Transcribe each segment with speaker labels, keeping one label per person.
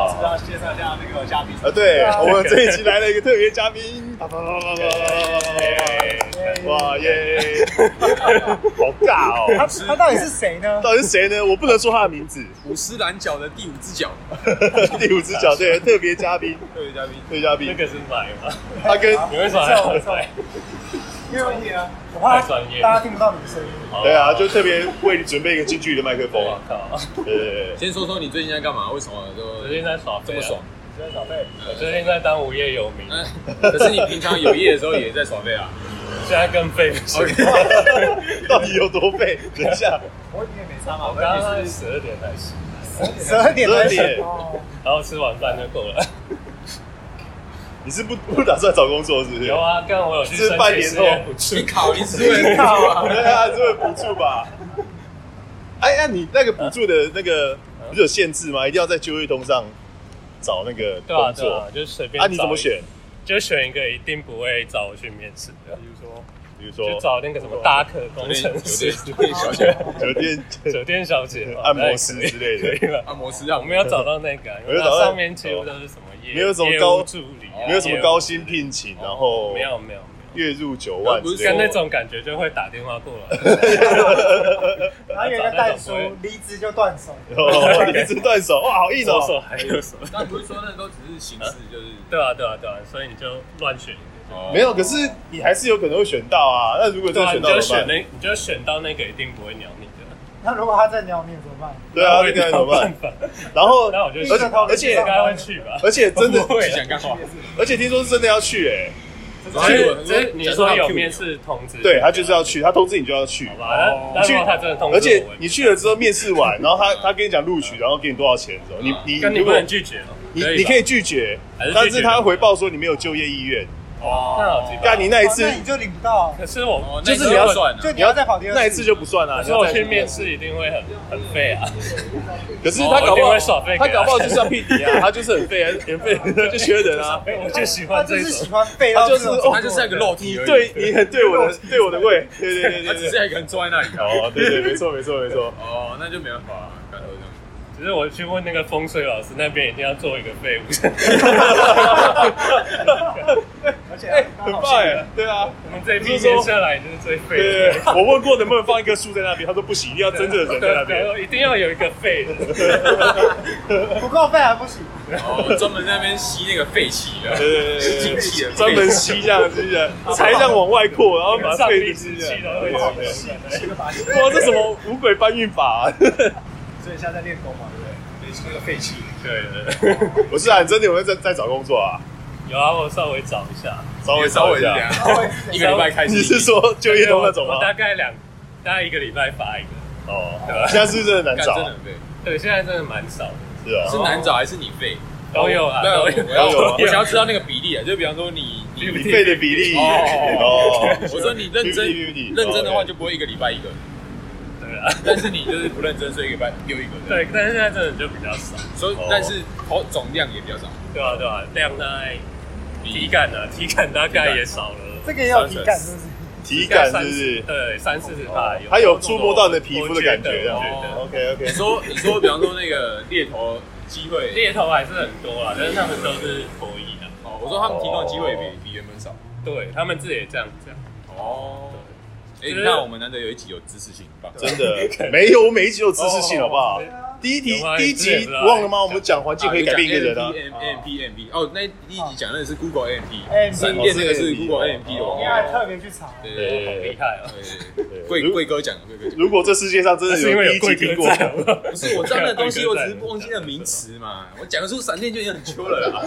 Speaker 1: 要介绍一下那个嘉宾。
Speaker 2: 啊，对，我们这一期来了一个特别嘉宾，啪啪啪啪啪啪啪啪哇耶， 好尬
Speaker 3: 他
Speaker 2: 哦！
Speaker 3: 他到底是谁呢？
Speaker 2: 到底是谁呢？我不能说他的名字。
Speaker 4: 五狮蓝角的第五只脚，
Speaker 2: 第五只脚，对，特别嘉宾，
Speaker 4: 各位嘉宾，
Speaker 2: 特别嘉
Speaker 5: 那
Speaker 2: 宾，
Speaker 5: 个是买吗？
Speaker 2: 他跟
Speaker 5: 你为什么还要买？
Speaker 3: 因为问题啊，我怕
Speaker 5: 太专业
Speaker 3: 大家听不到你的声音。
Speaker 2: 对啊，就特别为你准备一个近距离的麦克风
Speaker 5: 我
Speaker 2: 啊。
Speaker 5: 靠！
Speaker 2: 对对对对，
Speaker 4: 先说说你最近在干嘛？为什么
Speaker 5: 我
Speaker 4: 都
Speaker 5: 最近在耍
Speaker 4: 这
Speaker 5: 废
Speaker 4: 么
Speaker 5: 啊，
Speaker 4: 爽？
Speaker 3: 对，小贝，
Speaker 5: 我最近在当无业游民，
Speaker 4: 哎，可是你平常有夜的时候也在耍废啊？
Speaker 5: 现在更废不行。
Speaker 2: 到底有多废？等一下，
Speaker 3: 我你也没差嘛，
Speaker 5: 我
Speaker 3: 我
Speaker 5: 刚
Speaker 3: 刚
Speaker 5: 刚是十二点才醒，
Speaker 3: 十二点才
Speaker 2: 12点
Speaker 3: 醒哦。
Speaker 5: 然后吃完饭就够了。
Speaker 2: 你是不不打算找工作是不是？
Speaker 5: 有啊，刚刚我有去
Speaker 2: 是
Speaker 5: 申
Speaker 2: 半
Speaker 5: 请
Speaker 2: 年
Speaker 5: 失
Speaker 2: 后
Speaker 5: 业 补助
Speaker 4: 你，考你是为了
Speaker 2: 啊，对啊，这个补助吧。哎，那你那个补助的那个不是有限制吗？一定要在就业通上找那个
Speaker 5: 对啊对啊
Speaker 2: 工作，
Speaker 5: 就随便。
Speaker 2: 啊？你怎么选？？
Speaker 5: 就选一个一定不会找我去面试的，
Speaker 1: 比如说，
Speaker 2: 比如
Speaker 5: 就
Speaker 2: 说
Speaker 5: 找那个什么大可
Speaker 4: 有
Speaker 5: 工
Speaker 4: 点有
Speaker 5: 程师
Speaker 4: 点、有点小小
Speaker 2: 酒 店
Speaker 5: 酒店小 姐、哦
Speaker 2: 按摩师 之类
Speaker 5: 可
Speaker 2: 的
Speaker 5: 以了。
Speaker 4: 按摩师让
Speaker 5: 我没有找到那 个啊，
Speaker 2: 我
Speaker 5: 因为
Speaker 2: 就找到
Speaker 5: 它上面几乎都是什么业，
Speaker 2: 没有什么高
Speaker 5: 业务助理啊，
Speaker 2: 没有什么高薪聘请，然后
Speaker 5: 没有没有没
Speaker 2: 月入九万之
Speaker 4: 不
Speaker 2: 类
Speaker 4: 是
Speaker 5: 有，跟
Speaker 2: 的，
Speaker 5: 那种感觉就会打电话过来。
Speaker 3: 然后有一个蛋叔离职就断手，
Speaker 2: 哦，一直断手，哇，好硬
Speaker 5: 左
Speaker 2: 哦！
Speaker 5: 手还有手，
Speaker 4: 但不是说那都只是形式，就是
Speaker 5: 对啊对啊对啊，所以你就乱选一个，
Speaker 4: 哦
Speaker 2: 没有，可是你还是有可能会选到啊。那如果真
Speaker 5: 对啊，
Speaker 2: 的选
Speaker 5: 你
Speaker 2: 到
Speaker 5: 就
Speaker 2: 怎么
Speaker 5: 选
Speaker 2: 办？
Speaker 5: 那，你就选到那个一定不会鸟你 的，
Speaker 3: 那如果他在鸟你怎么办？
Speaker 2: 对啊，
Speaker 5: 我
Speaker 2: 那
Speaker 5: 也
Speaker 2: 个人
Speaker 5: 没
Speaker 2: 怎
Speaker 5: 有
Speaker 2: 么办
Speaker 5: 办？法。
Speaker 2: 然后，
Speaker 5: 那我就
Speaker 2: 而
Speaker 5: 选
Speaker 2: 且
Speaker 3: 到
Speaker 2: 而且
Speaker 5: 应该会去吧？
Speaker 2: 而且真的，
Speaker 5: 不会啊
Speaker 4: 想干话。
Speaker 2: 而且听说是真的要去哎，
Speaker 4: 然后有很多
Speaker 5: 这你说有面试通知，
Speaker 2: 对他就是要去，他通知你就要去，
Speaker 5: 好吧？那那如果他真的通知我，
Speaker 2: 而且
Speaker 5: 我也
Speaker 2: 你去了之后面试完，然后他他跟你讲录取，然后给你多少钱的时候，你你
Speaker 5: 跟你
Speaker 2: 如
Speaker 5: 不
Speaker 2: 果
Speaker 5: 能拒绝哦，
Speaker 2: 你
Speaker 5: 吧
Speaker 2: 你可以，拒绝
Speaker 5: 还是，拒绝
Speaker 2: 但是他回报说你没有就业意愿，
Speaker 5: 那好奇怪
Speaker 2: 但你那一次
Speaker 3: 哦那你就领不到，
Speaker 5: 可是我
Speaker 4: 哦
Speaker 2: 就是
Speaker 4: 那
Speaker 2: 你要
Speaker 4: 就算了
Speaker 3: 就你要再跑第二次。
Speaker 2: 那一次就不算啦。
Speaker 5: 可是我去面试一定会很很废啊，
Speaker 2: 可是他搞
Speaker 5: 我一
Speaker 2: 不
Speaker 5: 定
Speaker 2: 好
Speaker 5: 会耍废给
Speaker 2: 他
Speaker 5: 他
Speaker 2: 搞不好就是要聘你啊，他就是很废啊，很废，他就缺人啊。
Speaker 5: 我就喜
Speaker 3: 他
Speaker 5: 欢
Speaker 3: 就
Speaker 5: 这
Speaker 3: 是喜
Speaker 5: 种。
Speaker 3: 欢背到这种
Speaker 2: 他就是哦
Speaker 4: 他就是那个肉体
Speaker 2: 你
Speaker 4: 而已，
Speaker 2: 对你很对我的对我的胃，对对对
Speaker 4: 他只
Speaker 2: 对
Speaker 4: 是
Speaker 2: 对。
Speaker 4: 一个人坐在那里。
Speaker 2: 哦，对对，没错没错没错。
Speaker 4: 哦，那就没办法，干头这样。
Speaker 5: 只是我去问那个风水老师那边一定要做一个废物，
Speaker 3: 而且哎，
Speaker 2: 很棒哎，对啊，
Speaker 5: 我们这一批面下来就是最
Speaker 2: 对
Speaker 5: 废
Speaker 2: 对
Speaker 5: 的
Speaker 2: 对。，我问过能不能放一棵树在那边，他说不行，一定要真正的人在那边。
Speaker 5: 对，一定要有一个废的。
Speaker 3: 不够背还不行，
Speaker 4: 哦，专门在那边吸那个废气的，
Speaker 2: 对对对
Speaker 4: 经
Speaker 2: 对
Speaker 4: 济的
Speaker 2: 对，专门吸这样子的，才让往外扩，然后把它
Speaker 5: 上
Speaker 2: 废
Speaker 5: 帝
Speaker 2: 进
Speaker 5: 之
Speaker 2: 去。
Speaker 5: 气都
Speaker 2: 对
Speaker 5: 会
Speaker 2: 对
Speaker 5: 起
Speaker 2: 对
Speaker 5: 起来。
Speaker 3: 这个把戏。
Speaker 2: 哇，这什么五鬼搬运法、啊？
Speaker 3: 所以现在在练功嘛，对不对？练那个废气。
Speaker 5: 对对对，
Speaker 2: 不是啊，你真的有没有在在找工作啊？
Speaker 5: 有啊，我稍微找一下。
Speaker 2: 稍微
Speaker 4: 稍
Speaker 2: 找
Speaker 4: 微
Speaker 2: 一
Speaker 4: 是这
Speaker 2: 下
Speaker 4: 样。，
Speaker 3: 哦
Speaker 4: 一个礼拜开始。
Speaker 2: 你是说就业通那种吗
Speaker 5: 我？大概两，大概一个礼拜发一个。
Speaker 2: 哦
Speaker 5: 对吧，
Speaker 2: 现在是不是真的难
Speaker 4: 干
Speaker 2: 找
Speaker 4: 真？的很废？
Speaker 5: 对，现在真的蛮少的，
Speaker 2: 是啊
Speaker 4: 是，难找还是你废？
Speaker 2: 哦
Speaker 5: 都有啊，
Speaker 4: 哦那
Speaker 5: 都
Speaker 4: 我
Speaker 5: 有。
Speaker 4: 我要
Speaker 2: 都有啊
Speaker 4: 我想要知道那个比例啊，就比方说你你
Speaker 2: 你费的比例
Speaker 4: 哦
Speaker 2: 哦，，
Speaker 4: 我说你认真
Speaker 2: PPT
Speaker 4: 认真的话
Speaker 2: 哦
Speaker 4: 就不会一个礼拜一个，
Speaker 5: 对啊，
Speaker 4: 但是你就是不认真，所以一个礼拜又一个。，
Speaker 5: 对，但是现在真的就比较少。
Speaker 4: 所以
Speaker 2: 哦
Speaker 4: 但是哦总量也比较少，
Speaker 5: 对啊，对啊，量大概体感啊，体感大概也少了，
Speaker 3: 这个也有体感，是不是？
Speaker 2: 体感是
Speaker 5: 三
Speaker 2: 不是？
Speaker 5: 对，三四十帕有。
Speaker 2: 它有触摸到你的皮肤的感觉，
Speaker 5: 我
Speaker 2: 这
Speaker 5: 觉
Speaker 2: 样
Speaker 5: 得
Speaker 2: 子
Speaker 5: 我觉得。
Speaker 2: OK
Speaker 4: 你
Speaker 2: OK，
Speaker 4: 说你说比方说那个猎头机会，
Speaker 5: 猎头还是很多啦，但是他们都是啊脱衣的，
Speaker 4: 哦，我说他们提供的机会
Speaker 2: 哦
Speaker 4: 比比原本少。
Speaker 5: 对他们自己也这样讲。
Speaker 4: 哦，
Speaker 5: 就
Speaker 4: 哎，你
Speaker 5: 是
Speaker 4: 看我们难得有一集有知识性，棒。
Speaker 2: 真的没有，我每一集有知识性，好不
Speaker 5: 哦
Speaker 2: 好
Speaker 5: 对？
Speaker 2: 第一题
Speaker 5: 有吗
Speaker 2: 第一
Speaker 5: 你
Speaker 2: 集
Speaker 5: 之前不是
Speaker 2: 忘了吗？我们讲环境可以改变一个人啊。
Speaker 4: M M P M P 哦，那第
Speaker 3: 啊
Speaker 4: 一集讲的是 Google M P，
Speaker 3: AMP
Speaker 4: 闪电那个是
Speaker 2: 哦是
Speaker 4: Google M P 的
Speaker 3: 因
Speaker 4: 网
Speaker 3: 为
Speaker 4: 站。
Speaker 3: 还特别去查，
Speaker 4: 对
Speaker 5: 好
Speaker 4: 对
Speaker 5: 厉害哦！啊
Speaker 4: 对对，贵贵哥讲的，贵哥讲的。
Speaker 2: 如果这世界上真的
Speaker 5: 是因为
Speaker 2: 有第
Speaker 5: 有
Speaker 2: 一集
Speaker 5: 贵
Speaker 2: 听
Speaker 5: 哥
Speaker 2: 过，
Speaker 5: 在，
Speaker 4: 不是我知道那个东西，我只是忘记那个名词嘛。我讲出闪电就已经很秋了啦。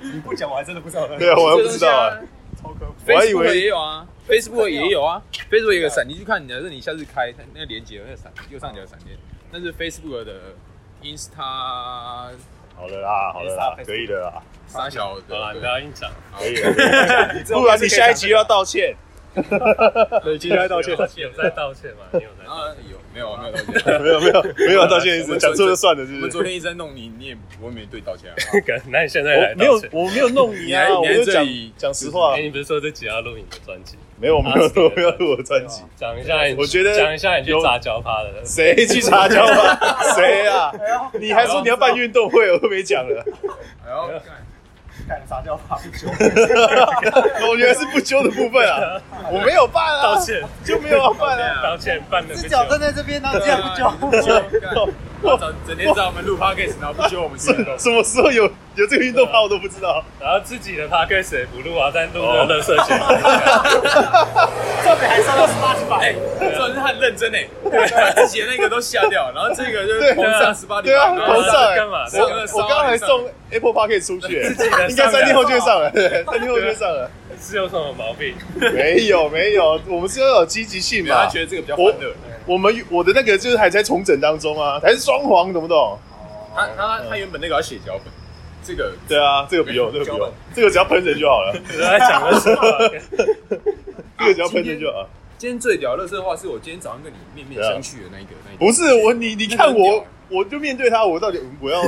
Speaker 3: 你不讲我还真的不知道。
Speaker 2: 对啊，我还不知道啊。
Speaker 3: 超科普。
Speaker 2: 我还以
Speaker 4: Facebook
Speaker 2: 为
Speaker 4: 也有啊，Facebook 也有啊，Facebook 也有闪，你去看你的，是你下次开那个连接那个闪右上角的闪电，那是 Facebook 的 Insta
Speaker 2: 好了啦，好了啦，可以的啦，
Speaker 4: 沙小
Speaker 5: 好啦，
Speaker 4: 的
Speaker 5: 你不要硬讲。
Speaker 2: 可以了。不然你下一集又要道歉。累积在道歉。
Speaker 5: 有在道歉吗？你有在道歉？
Speaker 4: 啊，有没有啊？ 没有道歉。
Speaker 2: 没有没有没有道歉的意
Speaker 4: 我
Speaker 2: 思，
Speaker 4: 们
Speaker 2: 讲错就算了，是
Speaker 4: 我
Speaker 2: 不
Speaker 4: 们
Speaker 2: 是？
Speaker 4: 昨天一直在弄你，你也我也没对 道歉啊。
Speaker 5: 那你现在来
Speaker 2: 我没
Speaker 5: 哎道
Speaker 2: 有
Speaker 5: 歉？
Speaker 2: 我没有弄你啊，
Speaker 4: 你还
Speaker 2: 我
Speaker 4: 你还
Speaker 2: 就讲
Speaker 4: 这里
Speaker 2: 讲实话
Speaker 5: 哎，，你不是说这集要录你的专辑？
Speaker 2: 没有我没有我没有录我专辑，
Speaker 5: 讲一下你，
Speaker 2: 我觉得
Speaker 5: 讲一下你去
Speaker 2: 有
Speaker 5: 杂交趴的，
Speaker 2: 谁去查交吧？谁啊？
Speaker 3: 哎呦，
Speaker 2: 你还说你要办运动会，我都没讲了。
Speaker 4: 哎呦，干
Speaker 3: 敢撒娇怕不久，
Speaker 2: 我觉得是不修的部分啊，我没有办啊，
Speaker 5: 道歉，
Speaker 2: 就没有要办啊。
Speaker 5: 道歉，办了
Speaker 3: 只
Speaker 5: 个
Speaker 3: 脚
Speaker 5: 球
Speaker 3: 站，在这边，然后这 样不
Speaker 4: 对
Speaker 3: 久
Speaker 4: 啊。干我整整天在我们录 podcast，然后不揪我们去
Speaker 2: 什
Speaker 4: 运 动。
Speaker 2: 什么时候有有这个运动趴我都不知道。
Speaker 5: 然后自己的 podcast 也不录啊，但录了乐色钱，
Speaker 2: 哦
Speaker 3: 这边还上到 Spotify，
Speaker 4: 哎，这是很认真哎，他自己的那个都下掉，然后这个就
Speaker 2: 对
Speaker 4: 狂上十八
Speaker 2: 对啊，
Speaker 5: 那
Speaker 2: 头上欸
Speaker 5: 干嘛
Speaker 2: 我
Speaker 4: 那个烧
Speaker 2: 我刚刚还
Speaker 4: 上
Speaker 2: 送 Apple Park 出去欸，
Speaker 5: 的
Speaker 2: 应该三天后就会上了，对三天后就会上了。
Speaker 5: 是有什么毛病？
Speaker 2: 没有没有，我们是要有积极性
Speaker 4: 他
Speaker 2: 嘛。
Speaker 4: 觉得这个比较欢乐。
Speaker 2: 我们我的那个就是还在重整当中啊，还是双簧，懂不懂？
Speaker 4: 他他
Speaker 2: 嗯
Speaker 4: 他原本那个要写脚本，这个
Speaker 2: 对啊，这个不用，这个不用，这个只要喷人就好了，
Speaker 5: 你在讲的什么？
Speaker 2: 这个只要喷人就好了。
Speaker 4: 今天最屌的乐色话是我今天早上跟你面面相觑的那一个，那一
Speaker 2: 啊
Speaker 4: 个。
Speaker 2: 不是我，你你看
Speaker 4: 那个
Speaker 2: 我
Speaker 4: 屌，
Speaker 2: 我就面对他，我到底我要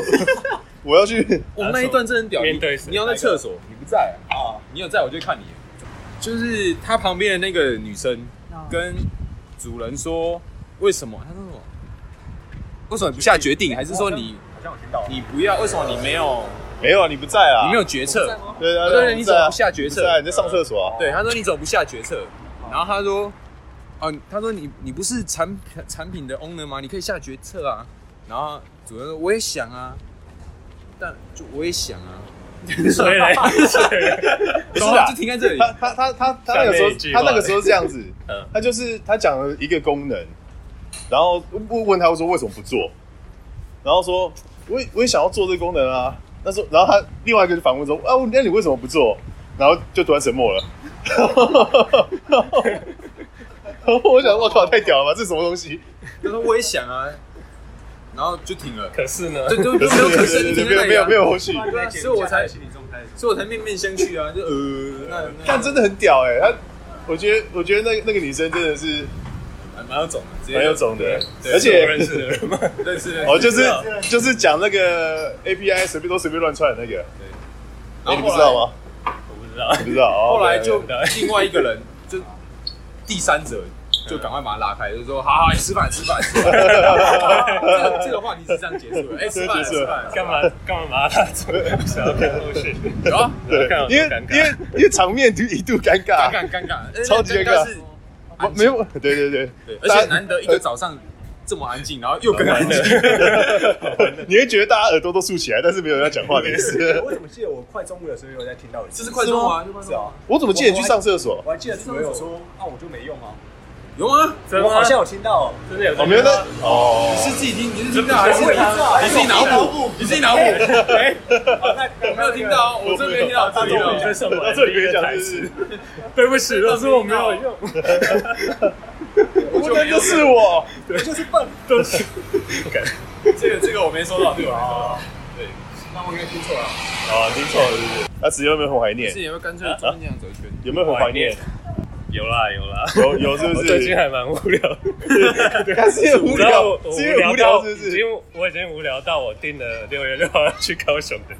Speaker 2: 我要去
Speaker 4: 我们那一段真的很屌，
Speaker 5: 面对谁
Speaker 4: 你你要在厕所，你不在啊
Speaker 3: 啊？
Speaker 4: 你有在我就看你。就是他旁边的那个女生跟主人说，为什么？他说什么？为什么你不下决定？还是说你
Speaker 3: 好像我听到了，
Speaker 4: 你不要？为什么你没有
Speaker 2: 没有啊，你不在啊，
Speaker 4: 你没有决策？
Speaker 2: 对啊，
Speaker 4: 对
Speaker 2: 对啊，
Speaker 4: 你怎
Speaker 2: 在
Speaker 4: 么
Speaker 2: 啊
Speaker 4: 不下决
Speaker 2: 不
Speaker 4: 策
Speaker 2: 在啊，你在上厕所啊？
Speaker 4: 对，他说你怎么不下决策？然后他说，哦，他说你你不是产产品的 owner 吗？你可以下决策啊。然后主任说我也想啊，但就我也想 啊。
Speaker 5: 所以来，所以嘞
Speaker 2: 不是
Speaker 4: 然后
Speaker 2: 啊
Speaker 4: 就，停在这里。
Speaker 2: 他他他他他那个时
Speaker 5: 下面一句
Speaker 2: 候，
Speaker 5: 话
Speaker 2: 他那个时候是这样 子
Speaker 5: 嗯，
Speaker 2: 他就是他讲了一个功能，然后问问他说为什么不做，然后说我也我也想要做这个功能啊，那时候然后他另外一个就反问说啊，那你为什么不做？然后就突然沉默了， 然后然后我想我靠太屌了吧，这是什么东西？
Speaker 4: 他说我也想啊，然后就停了。
Speaker 5: 可是呢，
Speaker 4: 就就就没有可
Speaker 2: 对对对
Speaker 4: 是，就停
Speaker 2: 没有
Speaker 4: 在那里
Speaker 2: 没有没
Speaker 4: 有。
Speaker 2: 有后续，
Speaker 4: 对啊，所以我才，
Speaker 3: 心理状态。
Speaker 4: 所以我才面面相觑啊，就呃，那那
Speaker 2: 但真的很屌哎，他我觉得我觉得那那个女生真的是
Speaker 4: 还蛮有种的，直接
Speaker 2: 蛮有种的，
Speaker 4: 对
Speaker 5: 不
Speaker 2: 而且
Speaker 5: 认识的人吗？
Speaker 4: 认识
Speaker 2: 哦，就是
Speaker 4: 然
Speaker 2: 就是讲那个 API 随便都随便乱串的那个，
Speaker 4: 后
Speaker 2: 哎，你不知道吗？
Speaker 5: 我不知道。
Speaker 2: 不知道。哦
Speaker 4: 后来就
Speaker 5: 对对对
Speaker 4: 另外一个人， 就第三者，就赶快把他拉开，就说：“好好，吃饭，吃饭。吃饭”这个这个话题是这样结束的。哎，吃饭，
Speaker 2: 结束
Speaker 4: 吃
Speaker 2: 了
Speaker 4: 饭，
Speaker 5: 干嘛干嘛把他拉走？想要看后续，
Speaker 4: 有啊，
Speaker 2: 对
Speaker 5: 看我，多
Speaker 2: 因为
Speaker 5: 尴尬
Speaker 2: 因为因为场面就一度尴尬，
Speaker 4: 尴尬尴尬，
Speaker 2: 超级尴尬
Speaker 4: 是
Speaker 2: 我没有对对对，
Speaker 4: 对，而
Speaker 2: 大
Speaker 4: 且
Speaker 2: 家
Speaker 4: 难得一个早上这么安静，然后又更安静。
Speaker 2: 你会觉得大家耳朵都竖起来，但是没有人要讲话的意思。
Speaker 3: 我怎么记得我快中午的时候有在听到一次？
Speaker 4: 这是快中午啊，
Speaker 3: 是啊，
Speaker 2: 我怎么记得你去上厕所？
Speaker 3: 我还记得主任有说啊，我就没用啊。
Speaker 4: 有啊，
Speaker 5: 真的
Speaker 3: 我
Speaker 5: 吗
Speaker 3: 好像有听到，
Speaker 5: 真的有这个
Speaker 2: 哦，没有那
Speaker 5: 吗
Speaker 2: 哦，
Speaker 4: 是自己听，你是听到还是
Speaker 3: 我也不知道
Speaker 4: 你自己脑补？你自己脑补？哎，我
Speaker 3: 我
Speaker 4: 没有听到，哦，我这边听到，这
Speaker 2: 没
Speaker 4: 边
Speaker 2: 有
Speaker 4: 听
Speaker 5: 这
Speaker 4: 到
Speaker 5: 是。什么？
Speaker 2: 到这里没讲，是不是？
Speaker 5: 对不起，都哦是我没有用，
Speaker 2: 我觉得就是我，
Speaker 3: 我就是笨，
Speaker 5: 都是
Speaker 4: 这个这个我没收到，对
Speaker 5: 哦
Speaker 4: 吧？
Speaker 3: 那我应该听错了。
Speaker 2: 啊，听错了是不是？那只有没有很怀
Speaker 4: 对，
Speaker 2: 念
Speaker 4: 是？有没有干脆中间这样走一圈？
Speaker 2: 有没有很怀念？
Speaker 5: 有啦有 啦，
Speaker 2: 有有是不
Speaker 5: 我最近
Speaker 2: 是？
Speaker 5: 还蛮无聊的。
Speaker 2: 但是因为无
Speaker 5: 然后
Speaker 2: 聊
Speaker 5: 我，
Speaker 2: 是 因为
Speaker 5: 无
Speaker 2: 无
Speaker 5: 聊
Speaker 2: 聊
Speaker 5: 到
Speaker 2: 是
Speaker 5: 已
Speaker 2: 不是？
Speaker 5: 经我已经无聊到我订了六月六号要去高雄的。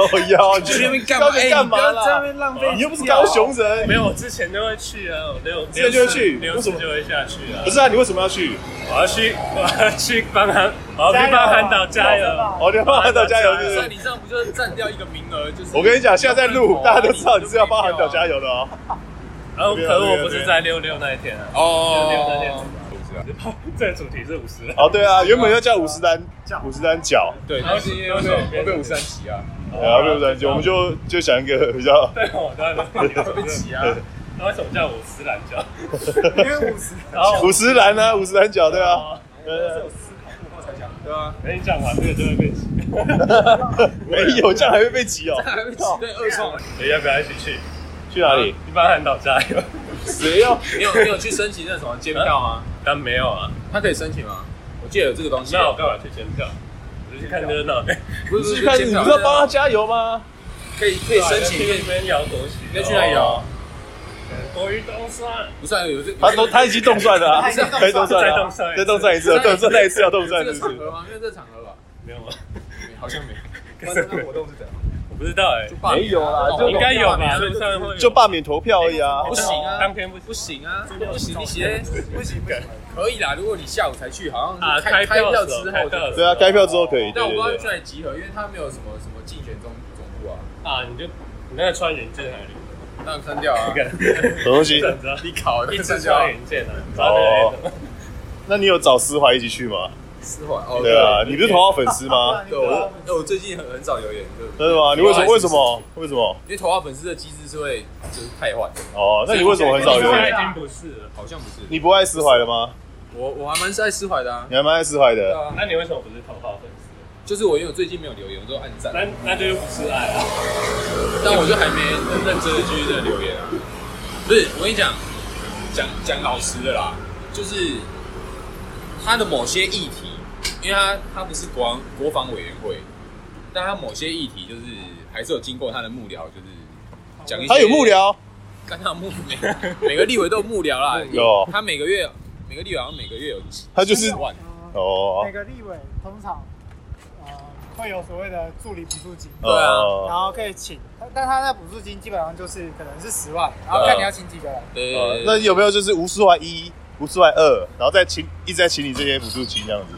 Speaker 2: 哦，要你
Speaker 4: 去那边干嘛？
Speaker 2: 高
Speaker 4: 哎，
Speaker 2: 雄
Speaker 4: 你
Speaker 2: 干
Speaker 4: 不
Speaker 2: 嘛
Speaker 4: 要在那
Speaker 2: 啦？
Speaker 4: 边浪费，
Speaker 2: 你又不是高。雄人
Speaker 5: 没，有，我之前就会去啊，我六
Speaker 2: 之前就会去
Speaker 5: 六
Speaker 2: 为
Speaker 5: 日
Speaker 2: 什
Speaker 5: 六
Speaker 2: 么
Speaker 5: 日就会下去啊
Speaker 2: 不。是啊，你为什么要去？
Speaker 5: 我要去，我要去帮韩，我要去帮韩导加油。
Speaker 2: 哦，你要帮韩导加油是不
Speaker 4: 所以
Speaker 2: 是？
Speaker 4: 你这样不就占掉一个名额？就是
Speaker 2: 我跟你讲，现在在录，
Speaker 4: 哦
Speaker 2: 大家都知道你是要帮韩
Speaker 4: 啊
Speaker 2: 导加油的哦。
Speaker 5: 然后
Speaker 2: 对啊
Speaker 5: 可
Speaker 2: 对啊
Speaker 5: 我不是在六六那一天啊，
Speaker 4: 哦。
Speaker 5: 这个主题是五十。
Speaker 2: 哦，对啊，原本要加五十单，五十单缴，
Speaker 4: 对，
Speaker 5: 然后
Speaker 4: 但是因为
Speaker 5: 然后
Speaker 4: 会被
Speaker 5: 被
Speaker 4: 被五三级啊，
Speaker 2: 然后六十单就我们就就想一个比较，
Speaker 5: 对，我当然
Speaker 4: 会被挤啊。
Speaker 5: 那为什么叫我斯兰教？
Speaker 3: 因为五十，
Speaker 5: 然后
Speaker 2: 五十单啊，五十单缴，对啊。
Speaker 5: 哦
Speaker 2: 呃，
Speaker 4: 对啊，
Speaker 5: 哎，你讲完这个就会被挤。
Speaker 2: 啊没有，这样还会被挤哦。
Speaker 4: 还被挤对二创。
Speaker 5: 你要不要一起去？
Speaker 2: 去哪里？
Speaker 5: 你帮韩导加油。
Speaker 4: 谁要？你有你有去申请那什么监票吗？
Speaker 5: 但没有啊，
Speaker 4: 他可以申请吗？我记得有这个东西。
Speaker 5: 那我干嘛去监票？我就去看热闹。
Speaker 4: 不是
Speaker 2: 你
Speaker 4: 不
Speaker 2: 去
Speaker 4: 是
Speaker 2: 看，
Speaker 4: 监
Speaker 2: 你
Speaker 4: 票
Speaker 2: 不是要帮他加油吗？
Speaker 4: 可以可以申请，
Speaker 5: 去那边摇国旗，
Speaker 4: 可以去哪里摇？
Speaker 5: 嗯国语都算，
Speaker 4: 不算有这，
Speaker 2: 他都他已经动算了、啊，
Speaker 3: 他已经
Speaker 2: 可以动
Speaker 3: 动
Speaker 2: 算
Speaker 3: 算
Speaker 2: 了
Speaker 5: 了
Speaker 2: 啊，再动算一次啊，对，再来一次要动算，
Speaker 4: 这
Speaker 2: 是
Speaker 4: 个
Speaker 2: 不
Speaker 4: 场合
Speaker 2: 是？
Speaker 4: 吗？没有这个场合吧？
Speaker 5: 没有吗？
Speaker 4: 没好像没有，
Speaker 3: 那这个活动是怎样？
Speaker 5: 我不知道哎
Speaker 4: 就，罢免啊
Speaker 2: 没有啦
Speaker 4: 哦
Speaker 2: 就
Speaker 5: 应该有吧？
Speaker 4: 就
Speaker 5: 路上会有
Speaker 2: 就罢免投票而已啊，
Speaker 4: 不行啊，
Speaker 5: 当天不行
Speaker 4: 不行啊，不行，你写
Speaker 3: 不行不行，
Speaker 4: 可以啦。如果你下午才去，好像
Speaker 5: 啊，
Speaker 4: 是开
Speaker 5: 开票
Speaker 4: 票
Speaker 5: 的
Speaker 4: 之
Speaker 5: 时候
Speaker 4: 后
Speaker 5: 开
Speaker 4: 就
Speaker 5: 票的时候
Speaker 2: 对啊，开票之后可以，
Speaker 4: 但
Speaker 2: 对
Speaker 4: 我不知道
Speaker 2: 对
Speaker 4: 去
Speaker 2: 对。
Speaker 4: 哪里集合，因为他没有什么什么竞选中总部啊，
Speaker 5: 啊，你就你那个穿云箭还留着
Speaker 4: 当然删掉啊。
Speaker 2: 什么东西？
Speaker 5: 整着，
Speaker 4: 你考
Speaker 5: 一
Speaker 4: 的删
Speaker 5: 直
Speaker 4: 掉啊
Speaker 5: 穿云箭啊，你知道那个
Speaker 2: 那你有找思怀一起去吗？
Speaker 4: 四环哦，
Speaker 2: 对啊，你不是头号粉丝吗？
Speaker 4: 对，我哎我最近很很少留言，对不
Speaker 2: 真
Speaker 4: 对
Speaker 2: 的吗？你为什么？
Speaker 4: 有啊
Speaker 2: 为什么？为什么？
Speaker 4: 因为头号粉丝的机制是会就是太换的，
Speaker 2: 哦，那你为什么很
Speaker 5: 那
Speaker 2: 少
Speaker 5: 个，
Speaker 2: 留
Speaker 5: 现在已
Speaker 2: 言？
Speaker 5: 经不是了。
Speaker 4: 好像不是。
Speaker 2: 你不爱思怀了吗？
Speaker 4: 我我还蛮爱释怀的啊
Speaker 2: 你。还蛮爱思怀
Speaker 4: 对
Speaker 2: 的。
Speaker 4: 啊，
Speaker 5: 那你为什么不是头号粉丝？
Speaker 4: 就是我因为我最近没有留言，我都按赞，
Speaker 5: 那那就又不是爱啊。
Speaker 4: 但我就还没很认真的去这留言啊。不是，我跟你讲，讲讲老实的啦，就是他的某些议题，因为他他不是国防国防委员会，但他某些议题就是还是有经过他的幕僚，就是讲一些
Speaker 2: 他有幕，僚，
Speaker 4: 干他幕每每个立委都有幕僚啦，
Speaker 2: 有
Speaker 4: 他每个月每个立委好像每个月有几
Speaker 2: 他就是
Speaker 4: 几万，
Speaker 2: 哦
Speaker 3: 每，个立委通常呃会有所谓的助理补助金，
Speaker 4: 对啊
Speaker 3: 然
Speaker 2: 哦，
Speaker 3: 后可以请，但他那补助金基本上就是可能是十万，然后看你要请几个人。
Speaker 4: 对啊
Speaker 2: 哦
Speaker 4: 对对
Speaker 2: 那有没有就是吴思怀一、吴思怀二，然后再请一直在请你这些补助金这样子？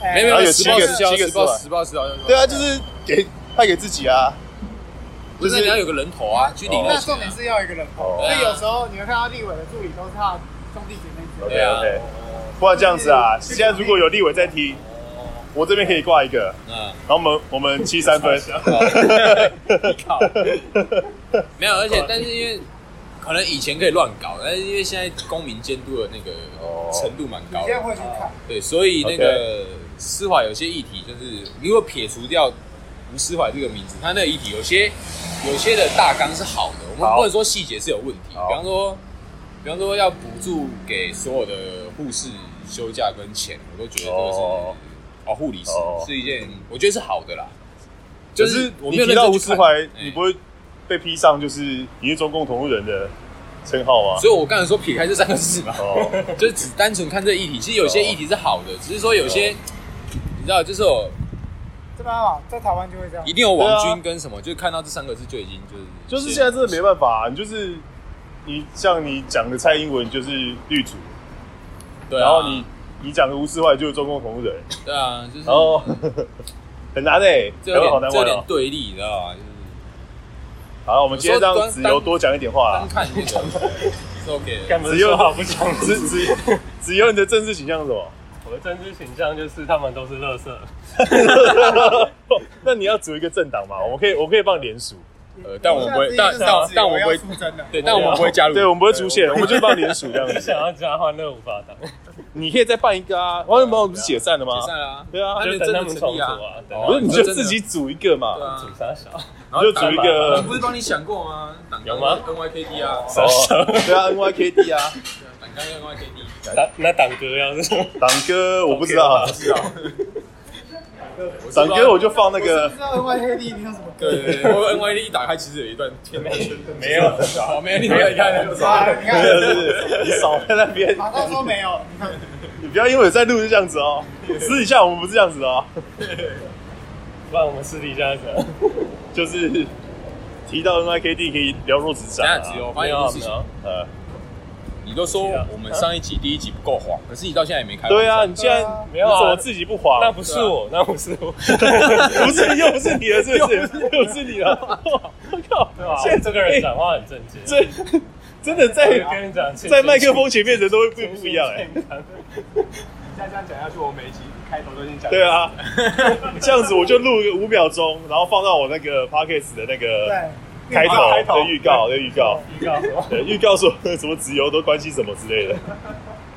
Speaker 3: 哎
Speaker 4: 没有
Speaker 2: 然后
Speaker 4: 没
Speaker 2: 有
Speaker 4: 有
Speaker 2: 七
Speaker 4: 十
Speaker 2: 个
Speaker 4: 报
Speaker 2: 七
Speaker 4: 十
Speaker 2: 个
Speaker 4: 报十报
Speaker 2: 十
Speaker 4: 十报十好像是
Speaker 2: 对啊，就是给派给自己啊，
Speaker 4: 不
Speaker 2: 就是
Speaker 4: 是你要有个人头啊，去领
Speaker 2: 哦
Speaker 4: 那
Speaker 3: 那
Speaker 4: 钱
Speaker 3: 重点
Speaker 4: 啊。
Speaker 3: 是要一个人头，
Speaker 2: 哦
Speaker 3: 所以有时候你会看到立委的助理都是他的兄弟姐妹之类
Speaker 4: 对啊
Speaker 2: OK，OK 不然这样子啊，现在如果有立委在听，我这边可以挂一个，
Speaker 4: 嗯，
Speaker 2: 然后我们我们七三 分，
Speaker 4: 靠，没有，而且但是因为可能以前可以乱搞，但是因为现在公民监督的那个
Speaker 2: 哦
Speaker 4: 程度蛮
Speaker 3: 你
Speaker 4: 高
Speaker 3: 现在
Speaker 4: 的，
Speaker 3: 会去看，
Speaker 4: 对，所以那个司法有些议题，就是如果撇除掉吴司法这个名字，他那个议题有些有些的大纲是好的，我们
Speaker 2: 好
Speaker 4: 不能说细节是有问题，
Speaker 2: 好
Speaker 4: 比方说比方说要补助给所有的护士休假跟钱，我都觉得这个是
Speaker 2: 哦
Speaker 4: 哦护理师、
Speaker 2: 哦
Speaker 4: 是一件我觉得是好的啦。
Speaker 2: 就
Speaker 4: 就是我
Speaker 2: 你
Speaker 4: 没有
Speaker 2: 提
Speaker 4: 认
Speaker 2: 到
Speaker 4: 真
Speaker 2: 吴
Speaker 4: 去
Speaker 2: 思
Speaker 4: 看
Speaker 2: 怀，
Speaker 4: 哎
Speaker 2: 你不会被批上就是你是中共同路人的称号 吗？
Speaker 4: 所以我刚才说撇开这三个字嘛，
Speaker 2: 哦，
Speaker 4: 就是只单纯看这议题。其实有些议题是好的，只是说有些
Speaker 2: 哦
Speaker 4: 你知道，就是有
Speaker 3: 这办法在台湾就会这样
Speaker 4: 一。定有网
Speaker 2: 对啊
Speaker 4: 军跟什么，就是看到这三个字就已经就是
Speaker 2: 就是现在真的没办法、啊，你就是你像你讲的蔡英文就是绿主，
Speaker 4: 对啊，
Speaker 2: 然后你你讲的吴思怀就是中共同路人，
Speaker 4: 对啊，就是
Speaker 2: 然后很难诶、
Speaker 4: 这
Speaker 2: 欸，台湾好
Speaker 4: 有
Speaker 2: 难
Speaker 4: 点这有
Speaker 2: 玩
Speaker 4: 点
Speaker 2: 哦、
Speaker 4: 对立，你知道吗？就是
Speaker 2: 好，我们今天
Speaker 4: 有时
Speaker 2: 让
Speaker 4: 候
Speaker 2: 子由
Speaker 4: 单
Speaker 2: 多讲一点话啦
Speaker 4: 单。看这个 是 OK 的。
Speaker 5: 干不是说好不讲吗
Speaker 2: 子子子由，你的政治倾向是什么？
Speaker 5: 我的政治倾向就是他们都是垃圾。
Speaker 2: 那你要组一个政党嘛？我可以，我可以帮你联署。
Speaker 4: 呃但我不会
Speaker 3: 下次一
Speaker 4: 但
Speaker 3: 定是
Speaker 4: 但我
Speaker 3: 自由
Speaker 4: 但我不会
Speaker 3: 要出征的。
Speaker 4: 对，但我们不会加入。
Speaker 2: 对，我们不会出现，我们就帮你联署这样
Speaker 5: 我想
Speaker 2: 子。
Speaker 5: 要加欢乐无法党，
Speaker 2: 你可以再办一个啊！王永鹏不是解散了吗
Speaker 4: 解？散啦。
Speaker 2: 对啊
Speaker 4: 他，
Speaker 5: 就
Speaker 4: 就
Speaker 5: 等
Speaker 4: 真
Speaker 5: 他
Speaker 4: 的
Speaker 5: 们
Speaker 4: 成
Speaker 5: 重
Speaker 4: 立
Speaker 5: 组
Speaker 4: 啊。
Speaker 5: 啊，等
Speaker 4: 哦
Speaker 5: 他
Speaker 2: 不是
Speaker 5: 们
Speaker 2: 你就自己组一个
Speaker 4: 对
Speaker 2: 嘛，
Speaker 4: 啊
Speaker 5: 组，啥小？
Speaker 4: 然后
Speaker 2: 你就组一
Speaker 4: 我
Speaker 2: 个
Speaker 4: 们不是帮你想过吗？党
Speaker 5: 有吗
Speaker 4: ？NYKD 啊，
Speaker 2: 哦，对啊，NYKD 啊，
Speaker 4: 党纲 NYKD。
Speaker 5: 党那党哥要是什么？
Speaker 2: 党哥我不知道，
Speaker 4: 知道。
Speaker 2: 党哥我就放那
Speaker 3: 我是
Speaker 2: 个
Speaker 3: 不知道 NYKD 一定有什 么歌。
Speaker 4: 对对对，我 NYD 一打开，其实有一段天
Speaker 5: 没有，
Speaker 4: 好，没有你没有，你看，不知道
Speaker 3: 啊，你
Speaker 2: 没有，就
Speaker 3: 看，
Speaker 2: 是你少在那边，
Speaker 3: 马上说没有，你看，
Speaker 2: 你不要因为我在录就这样子哦，私底下我们不是这样子哦，
Speaker 5: 不然我们私底下讲。
Speaker 2: 就是提到 NYKD 可以聊弱智展
Speaker 4: 等下
Speaker 2: 啊
Speaker 4: 只有发
Speaker 5: 没
Speaker 4: 现
Speaker 5: 有
Speaker 4: 一
Speaker 5: 啊
Speaker 4: 件事
Speaker 5: 没
Speaker 4: 情
Speaker 5: 有，啊，
Speaker 2: 呃，
Speaker 4: 你都说我们上一集第一集不够黄，可是你到现在也没开。
Speaker 2: 对啊，，你现在
Speaker 5: 没有啊
Speaker 2: 你怎么自己不滑？
Speaker 5: 那不是我，那不是我。
Speaker 2: 不是又不是你了，是不是？ 又不是你了，我靠！
Speaker 5: 对啊
Speaker 2: 现在
Speaker 5: 这个人讲话很正经，
Speaker 2: 这真的
Speaker 5: 我
Speaker 2: 在
Speaker 5: 就跟你讲，
Speaker 2: 在麦克风前面的都会不不一样哎、
Speaker 1: 再这样讲下去，我每一集开头都已经讲。
Speaker 2: 对啊，这样子我就录个五秒钟，然后放到我那个 podcast 的那个
Speaker 3: 对，
Speaker 2: 开头
Speaker 1: 开头
Speaker 2: 的预告的预告，
Speaker 5: 预告什么？
Speaker 2: 对，预告说什么直邮都关心什么之类的，